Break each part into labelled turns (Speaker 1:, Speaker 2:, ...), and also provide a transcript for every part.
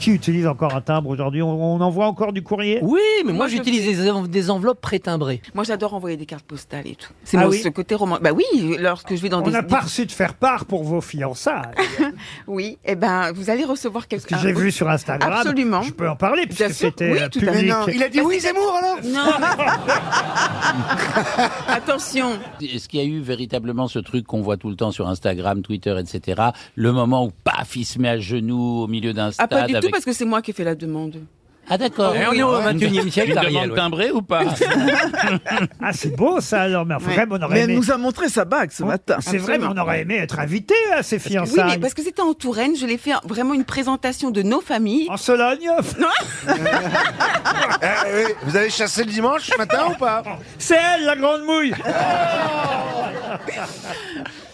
Speaker 1: Qui utilise encore un timbre aujourd'hui on, on envoie encore du courrier
Speaker 2: Oui, mais moi,
Speaker 3: Moi, je
Speaker 2: j'utilise
Speaker 3: fais-
Speaker 2: des, en- des enveloppes pré-timbrées.
Speaker 3: Moi, j'adore envoyer des cartes postales et tout. C'est
Speaker 1: Ah
Speaker 3: mon-
Speaker 1: oui
Speaker 3: ce côté roman. Bah oui, lorsque je vais dans
Speaker 1: On
Speaker 3: des.
Speaker 1: n'a
Speaker 3: des-
Speaker 1: pas reçu de faire part pour vos fiançailles.
Speaker 3: Oui, eh ben, vous allez recevoir quelque
Speaker 1: Ce que j'ai vu sur Instagram.
Speaker 3: Absolument.
Speaker 1: Je peux en parler puisque
Speaker 3: Bien sûr,
Speaker 1: c'était
Speaker 3: oui,
Speaker 1: euh,
Speaker 3: tout à fait.
Speaker 1: public.
Speaker 4: Non, il a dit oui, Zemmour alors
Speaker 3: Non. Attention.
Speaker 5: Est-ce qu'il y a eu véritablement ce truc qu'on voit tout le temps sur Instagram, Twitter, etc. Le moment où paf, il se met à genoux au milieu d'un
Speaker 3: Ah,
Speaker 5: stade
Speaker 3: pas du tout,
Speaker 5: avec.
Speaker 3: parce que c'est moi qui ai fait la demande.
Speaker 5: Ah d'accord.
Speaker 2: Et Eh, on est au
Speaker 5: Une-
Speaker 2: 21e siècle,
Speaker 5: Une
Speaker 2: Ariel,
Speaker 5: demande
Speaker 2: ouais.
Speaker 5: timbrée ou pas
Speaker 1: Ah, c'est beau ça alors, mais enfin,
Speaker 3: Ouais.
Speaker 1: quand même, on aurait
Speaker 6: Mais elle
Speaker 1: aimé.
Speaker 6: nous a montré sa bague ce
Speaker 1: on-
Speaker 6: matin.
Speaker 1: C'est vrai, mais on
Speaker 3: Absolument.
Speaker 1: aurait aimé être invité à ces
Speaker 3: Oui,
Speaker 1: fiançailles.
Speaker 3: mais parce que c'était en Touraine, je l'ai fait un- vraiment une présentation de nos familles.
Speaker 1: En Sologne
Speaker 4: Eh, eh, Vous avez chassé le dimanche ce matin ou pas
Speaker 1: C'est elle, la grande mouille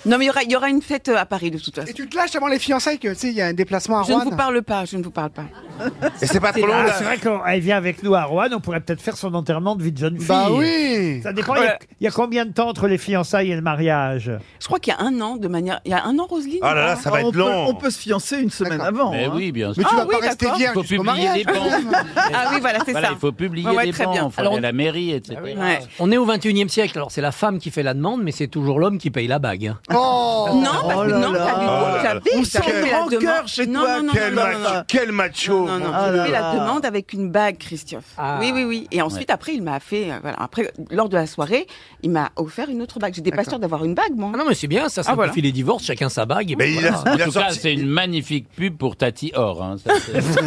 Speaker 3: Non, mais il y aura, il y aura une fête euh, à Paris de toute façon.
Speaker 7: Et tu te lâches avant les fiançailles que tu sais, il y a un déplacement à
Speaker 3: Je ne vous
Speaker 7: Rouen.
Speaker 3: parle pas, je ne vous parle pas.
Speaker 4: Et c'est pas trop long
Speaker 1: Ah,
Speaker 4: là
Speaker 1: C'est vrai qu'elle vient avec nous à Rouen, on pourrait peut-être faire son enterrement de vie de jeune fille.
Speaker 7: Bah oui
Speaker 1: Ça dépend, il y a- il y, a combien de temps entre les fiançailles et le mariage
Speaker 3: Je crois qu'il y a un an, de manière. Il y a un an, Roselyne
Speaker 4: Ah là là,
Speaker 3: ou pas
Speaker 4: ça va
Speaker 6: on,
Speaker 4: être
Speaker 6: peut,
Speaker 4: long
Speaker 6: on peut se fiancer une semaine
Speaker 7: D'accord.
Speaker 6: avant.
Speaker 5: Mais
Speaker 6: hein.
Speaker 5: Eh oui, bien
Speaker 7: Mais tu
Speaker 5: sûr.
Speaker 3: Ah
Speaker 7: vas
Speaker 3: oui,
Speaker 7: pas rester
Speaker 3: d'accord.
Speaker 7: vierge
Speaker 5: Il faut
Speaker 7: jusqu'au
Speaker 5: publier
Speaker 7: mariage.
Speaker 5: des bans.
Speaker 3: Ah oui, voilà, c'est
Speaker 5: Voilà,
Speaker 3: ça.
Speaker 5: il faut publier
Speaker 3: Ouais, ouais,
Speaker 5: des
Speaker 3: très
Speaker 5: bans.
Speaker 3: bien.
Speaker 5: Il faut
Speaker 2: Alors,
Speaker 5: aller à la mairie,
Speaker 2: Ah
Speaker 5: etc.
Speaker 3: Ouais.
Speaker 2: On est au 21e siècle, alors c'est la femme qui fait la demande, mais c'est toujours l'homme qui paye la bague. hein.
Speaker 7: Oh
Speaker 3: Non, parce que
Speaker 6: là
Speaker 3: non,
Speaker 6: là.
Speaker 3: pas du
Speaker 4: Oh là
Speaker 3: tout. J'avais-
Speaker 6: On
Speaker 3: j'avais
Speaker 6: sent
Speaker 3: fait
Speaker 6: le
Speaker 3: la
Speaker 6: rancœur
Speaker 3: demande.
Speaker 6: chez
Speaker 3: Non,
Speaker 6: toi,
Speaker 3: non, non,
Speaker 4: Quel
Speaker 3: non, non,
Speaker 4: macho,
Speaker 3: non, non.
Speaker 4: quel macho
Speaker 1: Oh,
Speaker 3: Non, non,
Speaker 6: Ah
Speaker 3: j'ai
Speaker 6: là
Speaker 3: fait la
Speaker 6: là.
Speaker 3: demande avec une bague, Christophe.
Speaker 2: Ah.
Speaker 3: Oui, oui, oui. Et ensuite, après, il m'a fait. euh, voilà. Après, lors de la soirée, il m'a offert une autre bague. J'étais pas sûre d'avoir une bague, moi.
Speaker 2: Ah non, mais c'est bien, ça simplifie
Speaker 3: voilà.
Speaker 2: les divorces, chacun sa bague. et
Speaker 4: Mais
Speaker 2: puis
Speaker 4: il a,
Speaker 2: voilà.
Speaker 4: il a
Speaker 5: En tout cas,
Speaker 4: sorti,
Speaker 5: c'est une magnifique pub pour Tati Or. hein. Ça, c'est-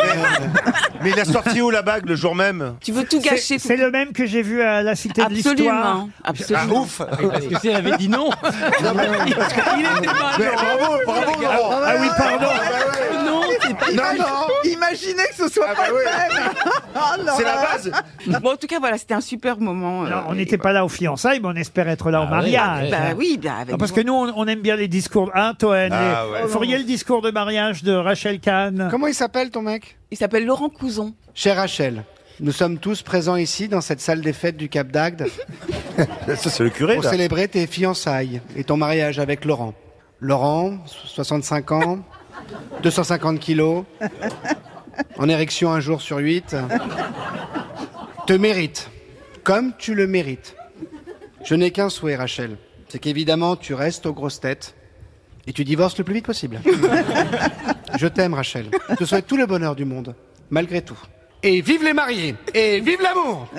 Speaker 4: mais il a sorti où la bague le jour même
Speaker 3: Tu veux tout
Speaker 1: C'est
Speaker 3: gâcher. tout-
Speaker 1: c'est le même que j'ai vu à la Cité de l'Histoire. bah,
Speaker 3: Absolument.
Speaker 4: Ah
Speaker 3: Absolument.
Speaker 4: ouf
Speaker 2: Parce que si elle avait dit non, il était mal.
Speaker 4: Mais Bravo, bravo Laurent
Speaker 1: Ah oui, pardon
Speaker 4: Ah bah ouais.
Speaker 2: Non, c'est pas-
Speaker 4: Non, non
Speaker 6: Imaginez que ce soit
Speaker 4: Ah
Speaker 6: pas
Speaker 4: bah oui.
Speaker 6: le même. Ah là
Speaker 4: C'est
Speaker 6: là.
Speaker 4: la base
Speaker 3: Bon, en tout cas, voilà, c'était un super moment. euh,
Speaker 1: Alors, on
Speaker 3: et
Speaker 1: n'était pas là aux fiançailles, mais on espère être là au
Speaker 5: Ah oui,
Speaker 1: mariage.
Speaker 5: ouais.
Speaker 3: Bah oui, bien avec.
Speaker 1: Ah, parce que nous, on, on aime bien les discours. Hein, Toen
Speaker 4: Ah
Speaker 1: les-
Speaker 4: ouais.
Speaker 1: Vous feriez le discours de mariage de Rachel Kahn
Speaker 7: Comment il s'appelle ton mec
Speaker 3: Il s'appelle Laurent Couson.
Speaker 7: Cher Rachel, nous sommes tous présents ici dans cette salle des fêtes du Cap d'Agde
Speaker 4: Ça c'est le curé
Speaker 7: pour
Speaker 4: là
Speaker 7: célébrer tes fiançailles et ton mariage avec Laurent. Laurent, 65 ans, 250 kilos, en érection un jour sur huit, te mérite, comme tu le mérites. Je n'ai qu'un souhait, Rachel, c'est qu'évidemment tu restes aux grosses têtes et tu divorces le plus vite possible. Je t'aime, Rachel. Je te souhaite tout le bonheur du monde, malgré tout. Et vive les mariés Et vive l'amour